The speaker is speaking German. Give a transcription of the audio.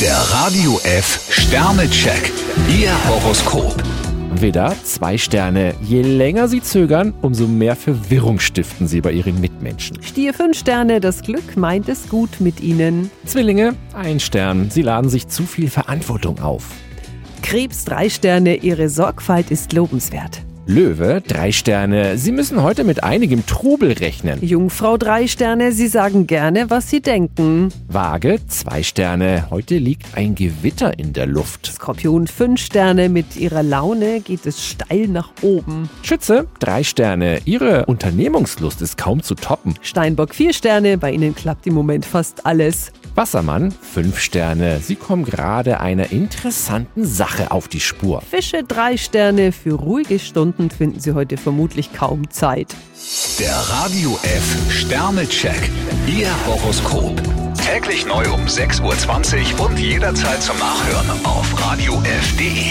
Der Radio F Sternecheck. Ihr Horoskop. Widder, zwei Sterne. Je länger Sie zögern, umso mehr Verwirrung stiften Sie bei Ihren Mitmenschen. Stier 5 Sterne, das Glück meint es gut mit Ihnen. Zwillinge, ein Stern. Sie laden sich zu viel Verantwortung auf. Krebs 3 Sterne, Ihre Sorgfalt ist lobenswert. Löwe, drei Sterne. Sie müssen heute mit einigem Trubel rechnen. Jungfrau 3 Sterne, Sie sagen gerne, was Sie denken. Waage, zwei Sterne. Heute liegt ein Gewitter in der Luft. Skorpion 5 Sterne, mit Ihrer Laune geht es steil nach oben. Schütze, drei Sterne. Ihre Unternehmungslust ist kaum zu toppen. Steinbock 4 Sterne, bei Ihnen klappt im Moment fast alles. Wassermann, fünf Sterne. Sie kommen gerade einer interessanten Sache auf die Spur. Fische 3 Sterne, für ruhige Stunden finden Sie heute vermutlich kaum Zeit. Der Radio F Sternecheck. Ihr Horoskop. Täglich neu um 6.20 Uhr und jederzeit zum Nachhören auf Radio radiof.de.